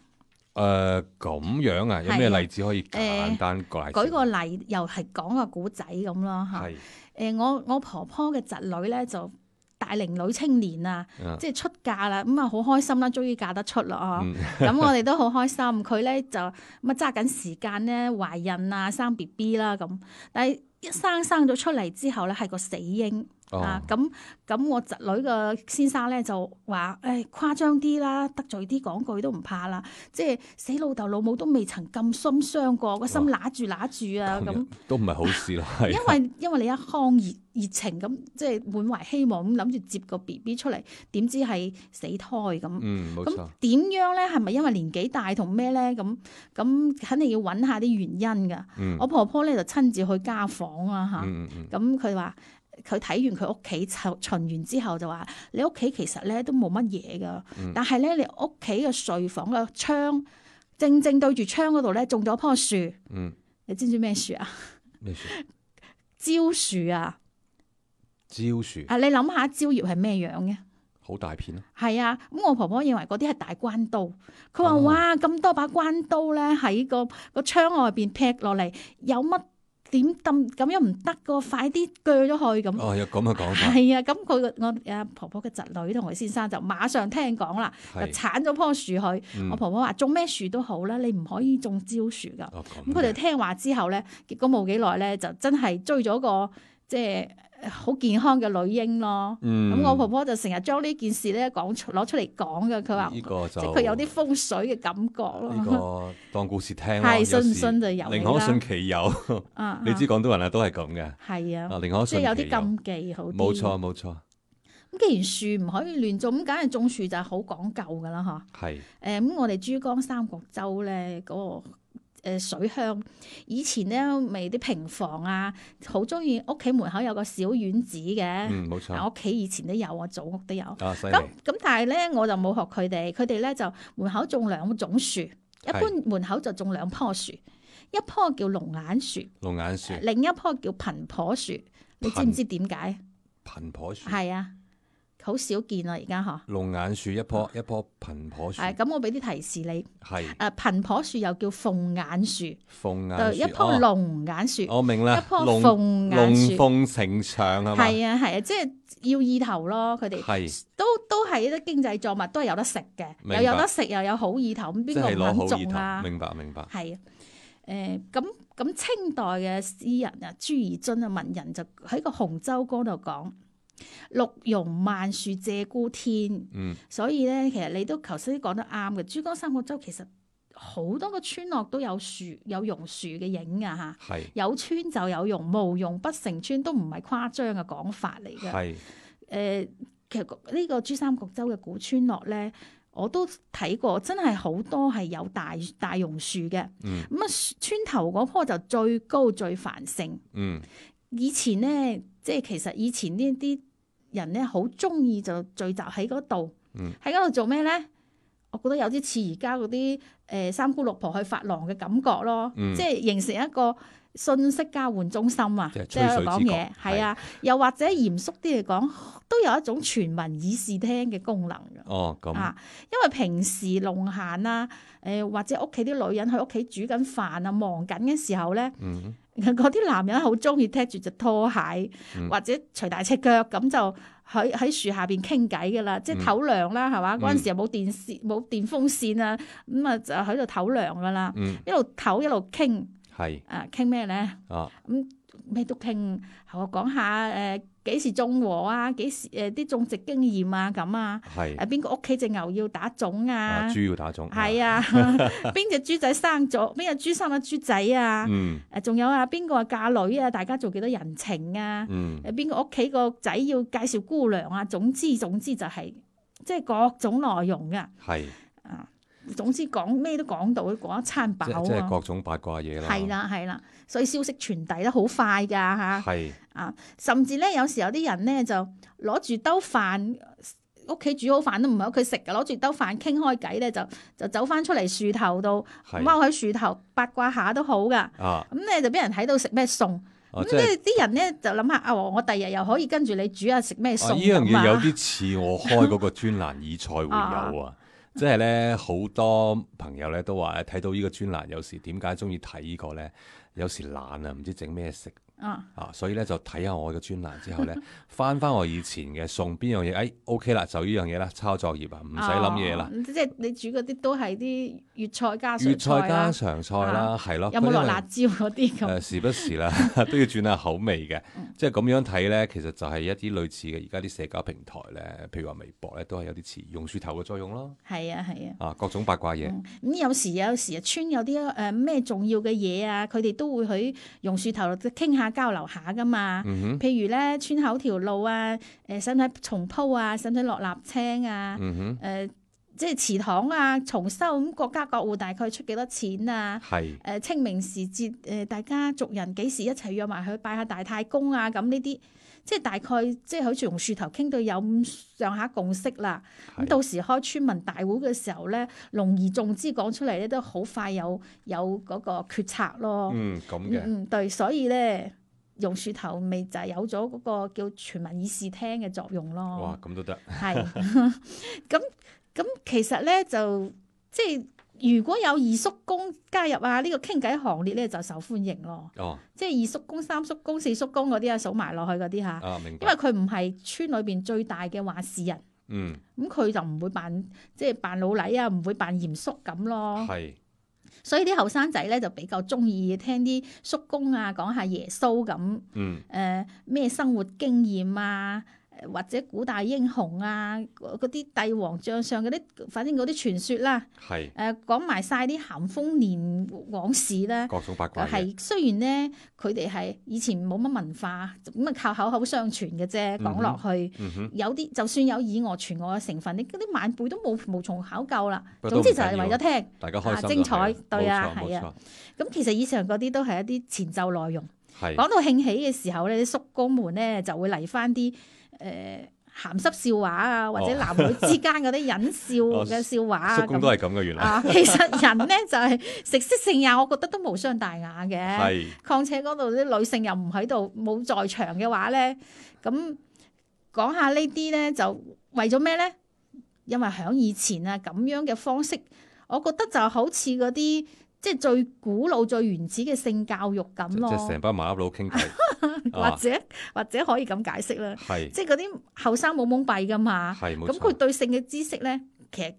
[SPEAKER 1] 誒咁樣啊，有咩例子可以簡單解釋？
[SPEAKER 2] 舉個例，又係講個古仔咁咯嚇。誒、
[SPEAKER 1] 係
[SPEAKER 2] 呃我我婆婆嘅侄女咧就大齡女青年啊，
[SPEAKER 1] 嗯
[SPEAKER 2] 即係出嫁啦，咁啊好開心啦，終於嫁得出啦啊！
[SPEAKER 1] 嗯
[SPEAKER 2] 咁我哋都好開心。佢咧就咁啊揸緊時間咧懷孕啊生 B B 啦咁，但係一生生咗出嚟之後咧係個死嬰、啊
[SPEAKER 1] 哦，
[SPEAKER 2] 咁咁我侄女嘅先生咧就話：誒、誇張啲啦，得罪啲講句都唔怕啦，即係死老豆老母都未曾咁心傷過，個心揦住揦住啊
[SPEAKER 1] 哦咁
[SPEAKER 2] 咁
[SPEAKER 1] 樣。都唔係好事 啦，
[SPEAKER 2] 因
[SPEAKER 1] 係
[SPEAKER 2] 為因為你一腔熱熱情咁，即係滿懷希望咁諗住接個 B B 出嚟，點知係死胎咁。
[SPEAKER 1] 嗯冇
[SPEAKER 2] 咁啊
[SPEAKER 1] 錯，
[SPEAKER 2] 點樣咧？係咪因為年紀大同咩咧？咁咁肯定要揾下啲原因㗎。
[SPEAKER 1] 嗯
[SPEAKER 2] 我婆婆咧就親自去家訪啦嚇。
[SPEAKER 1] 嗯嗯
[SPEAKER 2] 咁佢話佢睇完佢屋企巡巡完之後就話：你屋企其實咧都冇乜嘢㗎，
[SPEAKER 1] 嗯
[SPEAKER 2] 但係咧你屋企嘅睡房嘅窗正正對住窗嗰度咧種咗棵樹，
[SPEAKER 1] 嗯嗯
[SPEAKER 2] 你知唔知咩樹啊？
[SPEAKER 1] 咩樹？
[SPEAKER 2] 蕉樹啊！
[SPEAKER 1] 蕉樹
[SPEAKER 2] 啊，你諗下蕉葉係咩樣嘅？
[SPEAKER 1] 好大片咯，
[SPEAKER 2] 係啊，咁我婆婆認為嗰啲係大關刀，佢話：
[SPEAKER 1] 哦
[SPEAKER 2] 哇，咁多把關刀咧喺個個窗外邊劈落嚟，有乜點咁咁樣唔得個，快啲鋸咗佢咁。
[SPEAKER 1] 哦有咁嘅講法，
[SPEAKER 2] 係啊，咁佢個我啊婆婆嘅侄女同佢先生就馬上聽講啦， 就
[SPEAKER 1] 係
[SPEAKER 2] 剷咗棵樹去。
[SPEAKER 1] 嗯
[SPEAKER 2] 我婆婆話種咩樹都好啦，你唔可以種蕉樹㗎。
[SPEAKER 1] 哦咁
[SPEAKER 2] 咁佢哋
[SPEAKER 1] 嘅
[SPEAKER 2] 聽話之後咧，結果冇幾耐咧，就真係追咗個即係誒、呃好健康嘅女嬰咯。咁、
[SPEAKER 1] 嗯，
[SPEAKER 2] 我婆婆就成日將呢件事咧講出攞出嚟講嘅，佢話
[SPEAKER 1] 嗯呢個就
[SPEAKER 2] 即係佢有啲風水嘅感覺
[SPEAKER 1] 呢
[SPEAKER 2] 咯。
[SPEAKER 1] 個當故事聽咯，
[SPEAKER 2] 係信
[SPEAKER 1] 有
[SPEAKER 2] 唔
[SPEAKER 1] 時
[SPEAKER 2] 信就由你
[SPEAKER 1] 寧
[SPEAKER 2] 啦
[SPEAKER 1] 可。信其有，
[SPEAKER 2] 啊，
[SPEAKER 1] 你知
[SPEAKER 2] 啊
[SPEAKER 1] 廣東人啊都係咁嘅，
[SPEAKER 2] 係啊，
[SPEAKER 1] 啊寧可
[SPEAKER 2] 即
[SPEAKER 1] 信
[SPEAKER 2] 係有
[SPEAKER 1] 其有，
[SPEAKER 2] 啲禁忌好啲。
[SPEAKER 1] 冇錯。冇錯，
[SPEAKER 2] 咁既然樹唔可以亂種，咁梗係種樹就係好講究㗎啦，嗬。
[SPEAKER 1] 係
[SPEAKER 2] 誒咁、我哋珠江三角洲咧嗰、個、呃、水鄉，以前咧咪啲平房啊，好中意屋企門口有個小院子嘅。啊
[SPEAKER 1] 嗯冇錯
[SPEAKER 2] 嗱，，我屋企以前都有，我祖屋都有。
[SPEAKER 1] 啊犀利
[SPEAKER 2] 咁，咁但係咧，我就冇學佢哋，佢哋咧就門口種兩種樹，一般門口就種兩棵樹，一棵叫龍眼樹，
[SPEAKER 1] 龍眼樹、
[SPEAKER 2] 另一棵叫貧婆樹。你知唔知點解？
[SPEAKER 1] 貧婆樹、
[SPEAKER 2] 係啊，好少見啊，而家嗬。
[SPEAKER 1] 龍眼樹一棵一棵貧婆樹，
[SPEAKER 2] 啊係咁，我俾啲提示你。
[SPEAKER 1] 係
[SPEAKER 2] 誒貧婆樹又叫鳳眼樹，
[SPEAKER 1] 鳳
[SPEAKER 2] 誒
[SPEAKER 1] 眼
[SPEAKER 2] 一
[SPEAKER 1] 樹，
[SPEAKER 2] 棵
[SPEAKER 1] 哦
[SPEAKER 2] 龍眼樹，
[SPEAKER 1] 我明
[SPEAKER 2] 一
[SPEAKER 1] 啦，
[SPEAKER 2] 棵
[SPEAKER 1] 龍
[SPEAKER 2] 鳳眼
[SPEAKER 1] 龍
[SPEAKER 2] 樹，
[SPEAKER 1] 鳳呈祥係嘛？
[SPEAKER 2] 係啊係啊，即係要意頭咯。佢哋
[SPEAKER 1] 係
[SPEAKER 2] 都都係啲經濟作物，都係有得食嘅，
[SPEAKER 1] 明白
[SPEAKER 2] 又有得食又有好意頭，咁
[SPEAKER 1] 即
[SPEAKER 2] 邊個
[SPEAKER 1] 係攞好
[SPEAKER 2] 唔肯
[SPEAKER 1] 意
[SPEAKER 2] 種
[SPEAKER 1] 頭，
[SPEAKER 2] 啊？
[SPEAKER 1] 明白明白，
[SPEAKER 2] 係啊誒咁咁清代嘅詩人啊朱彝浚啊文人就喺個洪州歌度講。綠榕萬樹謝孤天，
[SPEAKER 1] 嗯
[SPEAKER 2] 所以咧，其實你都頭先講得啱嘅。珠江三角洲其實好多個村落都有樹有榕樹嘅影啊嚇，
[SPEAKER 1] 係
[SPEAKER 2] 有村就有榕，無榕不成村都唔係誇張嘅講法嚟嘅。誒、
[SPEAKER 1] 係
[SPEAKER 2] 呃其實呢個珠三角洲嘅古村落咧，我都睇過，真係好多係有大大榕樹嘅。
[SPEAKER 1] 嗯
[SPEAKER 2] 咁啊，村頭嗰棵就最高最繁盛。
[SPEAKER 1] 嗯
[SPEAKER 2] 以前咧，即係其實以前呢啲人咧，好中意就聚集喺嗰度
[SPEAKER 1] 嗯，
[SPEAKER 2] 喺嗰度做咩咧？我覺得有啲似而家嗰啲誒三姑六婆去髮廊嘅感覺咯，
[SPEAKER 1] 嗯
[SPEAKER 2] 即係形成一個信息交換中心啊，
[SPEAKER 1] 即係
[SPEAKER 2] 即係喺度
[SPEAKER 1] 吹
[SPEAKER 2] 講
[SPEAKER 1] 水之角
[SPEAKER 2] 嘢，係啊，又或者嚴肅啲嚟講，都有一種全民議事廳嘅功能㗎。
[SPEAKER 1] 哦咁
[SPEAKER 2] 啊，因為平時弄閒啦，誒、或者屋企啲女人喺屋企煮緊飯啊，忙緊嘅時候咧，
[SPEAKER 1] 嗯
[SPEAKER 2] 嗰啲男人好中意踢住隻拖鞋，
[SPEAKER 1] 嗯
[SPEAKER 2] 或者除大赤腳咁就喺喺樹下邊傾偈噶啦，即係
[SPEAKER 1] 嗯
[SPEAKER 2] 唞涼啦，係嘛？
[SPEAKER 1] 嗯
[SPEAKER 2] 嗰陣時又冇電視冇電風扇啊，咁啊就喺度唞涼噶啦，
[SPEAKER 1] 嗯
[SPEAKER 2] 一路唞一路傾
[SPEAKER 1] 係
[SPEAKER 2] 啊，傾咩咧？
[SPEAKER 1] 啊
[SPEAKER 2] 咩都傾，我講下誒幾時種禾啊，幾時誒啲、種植經驗啊咁啊，
[SPEAKER 1] 係
[SPEAKER 2] 誒邊個屋企只牛要打種
[SPEAKER 1] 嗯啊
[SPEAKER 2] 啊？
[SPEAKER 1] 豬要打種
[SPEAKER 2] 係啊，邊只豬仔生咗，邊只豬生咗豬仔啊？
[SPEAKER 1] 嗯
[SPEAKER 2] 誒，仲有啊，邊個啊嫁女啊？大家做幾多人情啊？
[SPEAKER 1] 嗯
[SPEAKER 2] 誒，邊個屋企個仔要介紹姑娘啊？總之總之就係、即係各種內容噶。
[SPEAKER 1] 係
[SPEAKER 2] 啊，總之講咩都講到，講一餐
[SPEAKER 1] 即係即
[SPEAKER 2] 飽
[SPEAKER 1] 係
[SPEAKER 2] 啊。
[SPEAKER 1] 各種八卦嘢啦，
[SPEAKER 2] 係啦係啦，所以消息傳遞得好快㗎嚇。
[SPEAKER 1] 係
[SPEAKER 2] 甚至咧，有時有啲人咧就攞住兜飯。屋企煮好飯都唔喺屋企食㗎，攞住兜飯傾開偈咧，就就走翻出嚟樹頭度，踎
[SPEAKER 1] 係
[SPEAKER 2] 喺樹頭八卦下都好㗎。
[SPEAKER 1] 啊
[SPEAKER 2] 咁咧就俾人睇到食咩餸，
[SPEAKER 1] 啊
[SPEAKER 2] 咁
[SPEAKER 1] 即
[SPEAKER 2] 即
[SPEAKER 1] 係。
[SPEAKER 2] 係啲人咧就諗下啊，我第日又可以跟住你煮下食咩餸
[SPEAKER 1] 啊！呢樣
[SPEAKER 2] 咁
[SPEAKER 1] 嘢有
[SPEAKER 2] 啊，
[SPEAKER 1] 啲似我開嗰個專欄以賽會友 啊，即係咧好多朋友咧都話睇到呢個專欄，有時點解中意睇呢個咧？有時懶啊，唔知整咩食
[SPEAKER 2] 啊
[SPEAKER 1] 啊，所以咧就睇下我嘅專欄之後 咧，翻翻我以前嘅送邊樣嘢，哎 OK 啦，就呢樣嘢啦，抄作業啊，唔使諗嘢啦
[SPEAKER 2] 哦。即係你煮嗰啲都係啲粵菜加
[SPEAKER 1] 粵
[SPEAKER 2] 啊
[SPEAKER 1] 菜
[SPEAKER 2] 上
[SPEAKER 1] 家
[SPEAKER 2] 菜啦，啊
[SPEAKER 1] 常菜啦，係咯，
[SPEAKER 2] 有冇
[SPEAKER 1] 佢因
[SPEAKER 2] 落
[SPEAKER 1] 為
[SPEAKER 2] 辣椒嗰啲
[SPEAKER 1] 誒、
[SPEAKER 2] 咁？
[SPEAKER 1] 呃時不時啦， 都要轉下口味嘅，即係咁樣睇咧，其實就係一啲類似嘅而家啲社交平台咧，譬如話微博咧，都係有啲似榕樹頭嘅作用咯，
[SPEAKER 2] 係啊係啊，
[SPEAKER 1] 啊，各種八卦嘢，
[SPEAKER 2] 咁有時有時啊，村有啲誒咩重要嘅嘢啊，佢哋都會喺榕樹頭度傾下交流下噶嘛。
[SPEAKER 1] 嗯
[SPEAKER 2] 譬如咧，村口條路啊，誒使唔使重鋪啊，使唔使落瀝青啊
[SPEAKER 1] 哼，？嗯
[SPEAKER 2] 誒、即係祠堂啊，重修咁國家各户大概出幾多錢啊
[SPEAKER 1] 哼，？係
[SPEAKER 2] 誒、清明時節誒、大家族人幾時一齊約埋去拜下大太公啊？咁呢啲即係大概即係好似榕樹頭傾到有咁上下共識啦。咁
[SPEAKER 1] 係
[SPEAKER 2] 到時開村民大會嘅時候咧，隆而重之講出嚟咧，都好快有有嗰個決策咯。
[SPEAKER 1] 嗯咁
[SPEAKER 2] 嗯
[SPEAKER 1] 嘅，
[SPEAKER 2] 嗯，對，所以咧。榕樹頭咪就係有咗嗰個叫全民議事廳嘅作用咯。
[SPEAKER 1] 哇，咁都得，
[SPEAKER 2] 係 咁咁，其實咧就即係如果有二叔公加入啊，呢、個傾偈行列咧就受歡迎咯。
[SPEAKER 1] 哦，
[SPEAKER 2] 即係二叔公、三叔公、四叔公嗰啲啊，數埋落去嗰啲嚇，
[SPEAKER 1] 啊，明
[SPEAKER 2] 因為
[SPEAKER 1] 白，
[SPEAKER 2] 佢唔係村裏邊最大嘅話事人，
[SPEAKER 1] 嗯，
[SPEAKER 2] 咁佢就唔會扮即係扮老禮啊，唔會扮嚴肅咁咯。
[SPEAKER 1] 係，
[SPEAKER 2] 所以啲後生仔咧就比較中意聽啲叔公啊講下耶穌咁，
[SPEAKER 1] 嗯
[SPEAKER 2] 誒呃咩生活經驗啊，誒或者古代英雄啊，嗰嗰啲帝王將相嗰啲，反正嗰啲傳說啦，
[SPEAKER 1] 係
[SPEAKER 2] 誒講埋晒啲咸豐年往事啦。
[SPEAKER 1] 各種八卦嘅，
[SPEAKER 2] 啊係雖然咧，佢哋係以前冇乜文化，咁啊靠口口相傳嘅啫，講落去。
[SPEAKER 1] 嗯哼，
[SPEAKER 2] 有啲就算有以訛傳訛嘅成分，你嗰啲晚輩都冇無從考究啦。
[SPEAKER 1] 不過都
[SPEAKER 2] 總之
[SPEAKER 1] 唔
[SPEAKER 2] 就係
[SPEAKER 1] 緊要
[SPEAKER 2] 為咗聽。
[SPEAKER 1] 大家開
[SPEAKER 2] 啊
[SPEAKER 1] 心
[SPEAKER 2] 精
[SPEAKER 1] 就係啦
[SPEAKER 2] 彩對啊
[SPEAKER 1] 冇
[SPEAKER 2] 係
[SPEAKER 1] 錯
[SPEAKER 2] 啊咁其實以上嗰啲都係一啲前奏內容。
[SPEAKER 1] 冇錯，係
[SPEAKER 2] 講到興起嘅時候咧，啲叔公們咧就會嚟翻啲誒鹹濕笑話啊，或者
[SPEAKER 1] 哦
[SPEAKER 2] 男女之間嗰啲忍笑 嘅笑話啊
[SPEAKER 1] 叔公都係
[SPEAKER 2] 咁。
[SPEAKER 1] 咁嘅原來，
[SPEAKER 2] 啊，其實人咧就係食色性也，我覺得都無傷大雅嘅。
[SPEAKER 1] 係
[SPEAKER 2] 況且嗰度啲女性又唔喺度，冇在場嘅話咧，咁講下呢啲咧就為咗咩咧？因為響以前啊咁樣嘅方式，我覺得就好似嗰啲即係最古老、最原始嘅性教育咁
[SPEAKER 1] 即
[SPEAKER 2] 咯。
[SPEAKER 1] 係成班麻甩佬傾偈，
[SPEAKER 2] 或
[SPEAKER 1] 啊
[SPEAKER 2] 者或者可以咁解釋啦，
[SPEAKER 1] 係
[SPEAKER 2] 即係嗰啲後生冇懵閉噶嘛，
[SPEAKER 1] 係冇
[SPEAKER 2] 咁佢
[SPEAKER 1] 錯，
[SPEAKER 2] 對性嘅知識咧，其實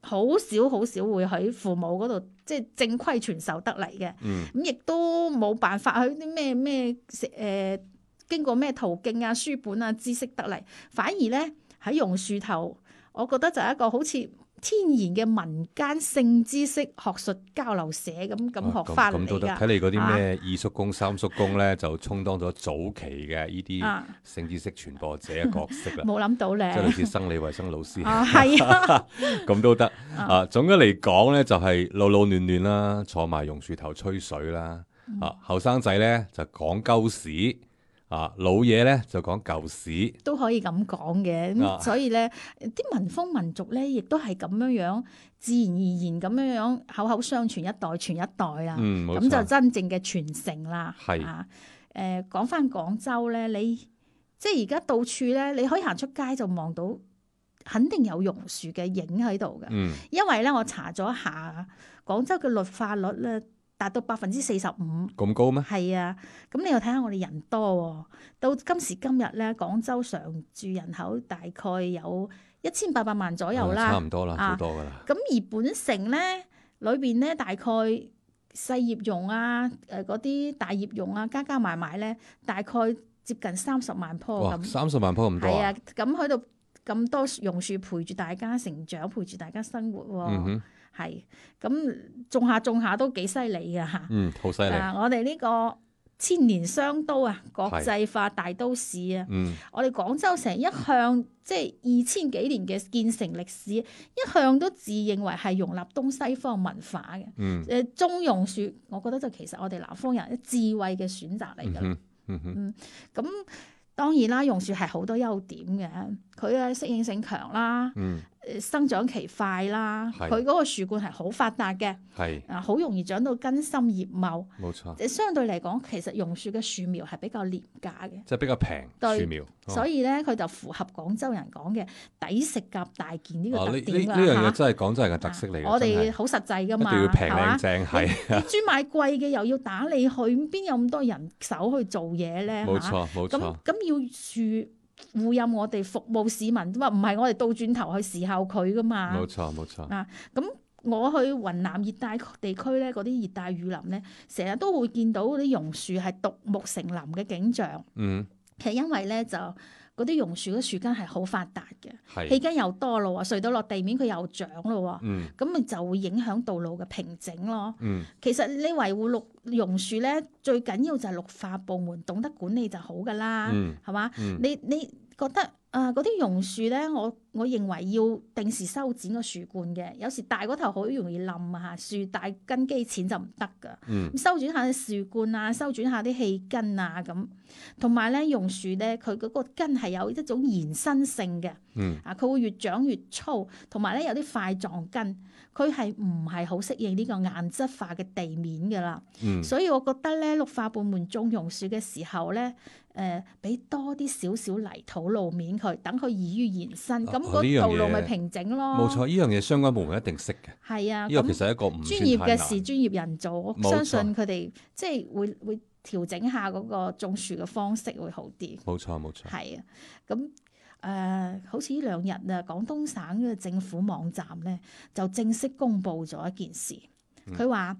[SPEAKER 2] 好少好少會喺父母嗰度即係正規傳授得嚟嘅，
[SPEAKER 1] 嗯
[SPEAKER 2] 咁亦都冇辦法去啲咩咩誒經過咩途徑啊、書本啊、知識得嚟，反而咧喺榕樹頭，我覺得就係一個好似天然嘅民間性知識學術交流社咁
[SPEAKER 1] 啊
[SPEAKER 2] 咁學翻嚟
[SPEAKER 1] 咁都得
[SPEAKER 2] 㗎
[SPEAKER 1] 睇嚟嗰
[SPEAKER 2] 啊
[SPEAKER 1] 啲咩二叔公、三叔公咧，就充當咗早期嘅呢啲
[SPEAKER 2] 啊，
[SPEAKER 1] 性知識傳播者嘅角色啦。
[SPEAKER 2] 冇諗到咧
[SPEAKER 1] 即係，類似生理衞生老師
[SPEAKER 2] 啊係啊。
[SPEAKER 1] 咁都得啊！總嘅嚟講咧，就係老老嫩嫩啦，坐埋榕樹頭吹水啦。
[SPEAKER 2] 嗯
[SPEAKER 1] 啊，後生仔咧就講鳩屎，啊老嘢咧就講舊屎，
[SPEAKER 2] 都可以咁講嘅，咁
[SPEAKER 1] 啊
[SPEAKER 2] 所以咧啲民風民俗咧，亦都係咁樣樣，自然而然咁樣樣口口相傳，一代傳一代啦，
[SPEAKER 1] 嗯，冇
[SPEAKER 2] 啊咁、就
[SPEAKER 1] 錯，
[SPEAKER 2] 真正嘅傳承啦。
[SPEAKER 1] 係
[SPEAKER 2] 啊，誒、講翻廣州咧，你即係而家到處咧，你可以行出街就望到，肯定有榕樹嘅影喺度嘅，
[SPEAKER 1] 嗯
[SPEAKER 2] 因為咧我查咗一下廣州嘅綠化率咧達到百分之四十五。
[SPEAKER 1] 咁高咩？
[SPEAKER 2] 係啊，咁你又睇下我哋人多喎、到今時今日咧，廣州常住人口大概有一千八百萬左右
[SPEAKER 1] 啊差
[SPEAKER 2] 啦。
[SPEAKER 1] 唔多啦，
[SPEAKER 2] 啊
[SPEAKER 1] 好多噶啦，
[SPEAKER 2] 咁、而本城咧，裏邊咧大概細葉榕啊，誒嗰啲大葉榕啊，加加埋埋咧，大概接近三十萬棵
[SPEAKER 1] 哇，
[SPEAKER 2] 哦咁。
[SPEAKER 1] 三十萬棵咁多
[SPEAKER 2] 係
[SPEAKER 1] 啊
[SPEAKER 2] 啊，，咁喺度咁多榕樹陪住大家成長，陪住大家生活喎、
[SPEAKER 1] 嗯哼，
[SPEAKER 2] 係咁種下種下都幾犀利㗎嚇。
[SPEAKER 1] 嗯，好犀利，
[SPEAKER 2] 啊！我哋呢個千年商都啊，國際化大都市啊，
[SPEAKER 1] 嗯，
[SPEAKER 2] 我哋廣州城一向即係二千幾年嘅建成歷史，一向都自認為係容納東西方文化嘅。
[SPEAKER 1] 嗯
[SPEAKER 2] 誒、中庸樹，我覺得就其實我哋南方人智慧嘅選擇嚟
[SPEAKER 1] 嗯
[SPEAKER 2] 㗎啦。
[SPEAKER 1] 哼，嗯哼，
[SPEAKER 2] 咁、當然啦，榕樹係好多優點嘅，佢嘅適應性強啦，
[SPEAKER 1] 嗯，
[SPEAKER 2] 誒生長期快啦，
[SPEAKER 1] 係
[SPEAKER 2] 佢嗰個樹冠係好發達嘅，
[SPEAKER 1] 係
[SPEAKER 2] 啊好容易長到根深葉茂。
[SPEAKER 1] 冇錯，
[SPEAKER 2] 誒相對嚟講，其實榕樹嘅樹苗係比較廉價嘅，
[SPEAKER 1] 即係比較平
[SPEAKER 2] 對
[SPEAKER 1] 樹苗，哦
[SPEAKER 2] 所以咧佢就符合廣州人講嘅抵食夾大件呢個
[SPEAKER 1] 啊
[SPEAKER 2] 特
[SPEAKER 1] 呢
[SPEAKER 2] 點
[SPEAKER 1] 呢
[SPEAKER 2] 啦
[SPEAKER 1] 呢樣嘢
[SPEAKER 2] 嚇啊
[SPEAKER 1] 真係廣州人嘅特色嚟嘅，
[SPEAKER 2] 我
[SPEAKER 1] 真係
[SPEAKER 2] 哋好實際噶
[SPEAKER 1] 一
[SPEAKER 2] 嘛，
[SPEAKER 1] 定要平
[SPEAKER 2] 係嘛
[SPEAKER 1] 靚正，係
[SPEAKER 2] 你專買貴嘅又要打理佢，邊有咁多人手去做嘢咧？
[SPEAKER 1] 冇
[SPEAKER 2] 嚇
[SPEAKER 1] 錯冇錯
[SPEAKER 2] 咁。咁要樹護蔭我哋服務市民，話唔係我哋倒轉頭去侍候佢噶嘛？
[SPEAKER 1] 冇錯冇
[SPEAKER 2] 啊
[SPEAKER 1] 錯，
[SPEAKER 2] 我去雲南熱帶地區咧，嗰啲熱帶雨林咧，成日都會見到嗰啲榕樹係獨木成林嘅景象。
[SPEAKER 1] 嗯，
[SPEAKER 2] 其實因為咧就嗰啲榕樹嗰樹根係好發達嘅，氣
[SPEAKER 1] 係，
[SPEAKER 2] 根又多咯喎，垂到落地面佢又長咯
[SPEAKER 1] 嗯
[SPEAKER 2] 喎，咁咪就會影響道路嘅平整咯。
[SPEAKER 1] 嗯，
[SPEAKER 2] 其實你維護綠榕樹咧，最緊要就係綠化部門懂得管理就好噶啦，
[SPEAKER 1] 嗯
[SPEAKER 2] 係嘛、
[SPEAKER 1] 嗯
[SPEAKER 2] 你你覺得啊嗰啲榕樹咧，我我認為要定時修剪個樹冠嘅，有時大嗰頭好容易冧啊，樹大根基淺就唔得㗎。
[SPEAKER 1] 嗯，
[SPEAKER 2] 咁修剪下啲樹冠啊，修剪下啲氣根啊咁，同埋咧榕樹咧，佢嗰個根係有一種延伸性嘅，
[SPEAKER 1] 嗯，
[SPEAKER 2] 啊，佢會越長越粗，同埋咧有啲塊狀根，佢係唔係好適應呢個硬質化嘅地面㗎啦。
[SPEAKER 1] 嗯，
[SPEAKER 2] 所以我覺得咧，綠化部門種榕樹嘅時候咧，誒、俾多啲少少泥土路面佢，等佢易於延伸，
[SPEAKER 1] 啊
[SPEAKER 2] 咁
[SPEAKER 1] 啊
[SPEAKER 2] 個
[SPEAKER 1] 呢樣
[SPEAKER 2] 道路咪
[SPEAKER 1] 嘢
[SPEAKER 2] 平整咯。
[SPEAKER 1] 冇錯，呢樣嘢相關部門一定識嘅，
[SPEAKER 2] 係哦啊，
[SPEAKER 1] 呢個
[SPEAKER 2] 咁
[SPEAKER 1] 其實係一個唔
[SPEAKER 2] 專業
[SPEAKER 1] 算太難
[SPEAKER 2] 嘅事，專業人做，我
[SPEAKER 1] 冇
[SPEAKER 2] 相
[SPEAKER 1] 錯
[SPEAKER 2] 信佢哋即係會會調整下嗰個種樹嘅方式會好啲。
[SPEAKER 1] 冇錯冇錯，
[SPEAKER 2] 係啊，咁誒、呃好似呢兩日啊，廣東省嘅政府網站咧就正式公布咗一件事，
[SPEAKER 1] 嗯
[SPEAKER 2] 佢話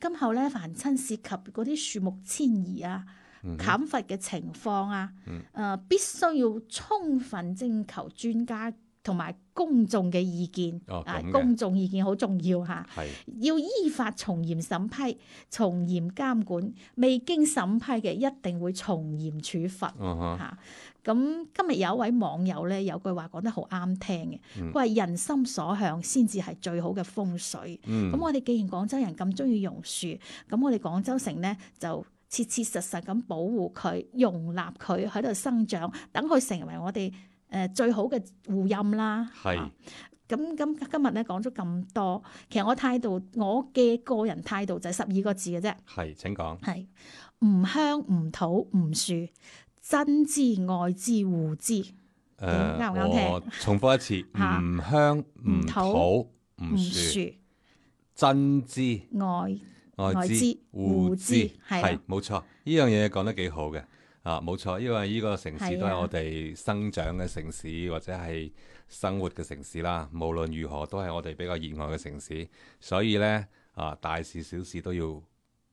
[SPEAKER 2] 今後咧，凡親涉及嗰啲樹木遷移啊、
[SPEAKER 1] 嗯哼
[SPEAKER 2] 砍伐嘅情況啊，誒、
[SPEAKER 1] 嗯
[SPEAKER 2] 必須要充分徵求專家同埋公眾嘅意見。
[SPEAKER 1] 哦
[SPEAKER 2] 啊
[SPEAKER 1] 咁，嘅
[SPEAKER 2] 公眾意見好重要嚇，
[SPEAKER 1] 係
[SPEAKER 2] 要依法從嚴審批、從嚴監管，未經審批嘅一定會從嚴處罰。
[SPEAKER 1] 嗯哼
[SPEAKER 2] 嚇。咁今日有一位網友咧，有句話講得好啱聽嘅，
[SPEAKER 1] 嗯
[SPEAKER 2] 佢話、人心所向先至係最好嘅風水。
[SPEAKER 1] 嗯
[SPEAKER 2] 咁、我哋既然廣州人咁中意榕樹，咁我哋廣州城咧就切切實實咁保護佢、容納佢喺度生長，等佢成為我哋誒、呃最好嘅護蔭啦。
[SPEAKER 1] 係
[SPEAKER 2] 啊咁今今日咧講咗咁多，其實我態度我嘅個人態度就係十二個字嘅啫。
[SPEAKER 1] 係請講
[SPEAKER 2] 係唔香唔土唔樹，真之愛之護之，
[SPEAKER 1] 誒，
[SPEAKER 2] 嗯啱唔啱聽
[SPEAKER 1] 呃我重複一次，
[SPEAKER 2] 嚇
[SPEAKER 1] 唔香唔
[SPEAKER 2] 唔
[SPEAKER 1] 土唔
[SPEAKER 2] 唔
[SPEAKER 1] 樹，
[SPEAKER 2] 樹
[SPEAKER 1] 真知
[SPEAKER 2] 愛
[SPEAKER 1] 愛
[SPEAKER 2] 愛
[SPEAKER 1] 之
[SPEAKER 2] 之
[SPEAKER 1] 互
[SPEAKER 2] 互
[SPEAKER 1] 知
[SPEAKER 2] 知係啦
[SPEAKER 1] 係冇錯，呢樣嘢講得幾好嘅啊，冇錯，因為呢個城市
[SPEAKER 2] 係啊
[SPEAKER 1] 都係我哋生長嘅城市，或者係生活嘅城市啦。無論如何，都係我哋比較熱愛嘅城市，所以呢，啊，大事小事都要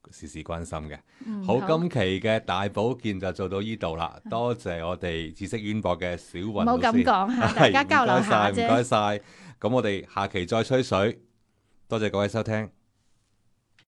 [SPEAKER 1] 事事關心嘅。
[SPEAKER 2] 嗯
[SPEAKER 1] 好，
[SPEAKER 2] 好
[SPEAKER 1] 今期嘅大保健就做到呢度 啦，多謝我哋知識淵博嘅小
[SPEAKER 2] 唔
[SPEAKER 1] 雲老
[SPEAKER 2] 好咁
[SPEAKER 1] 師。
[SPEAKER 2] 講嚇，大
[SPEAKER 1] 係
[SPEAKER 2] 家交流下
[SPEAKER 1] 唔該晒唔該
[SPEAKER 2] 啫。
[SPEAKER 1] 晒，咁我哋下期再吹水，多謝各位收聽，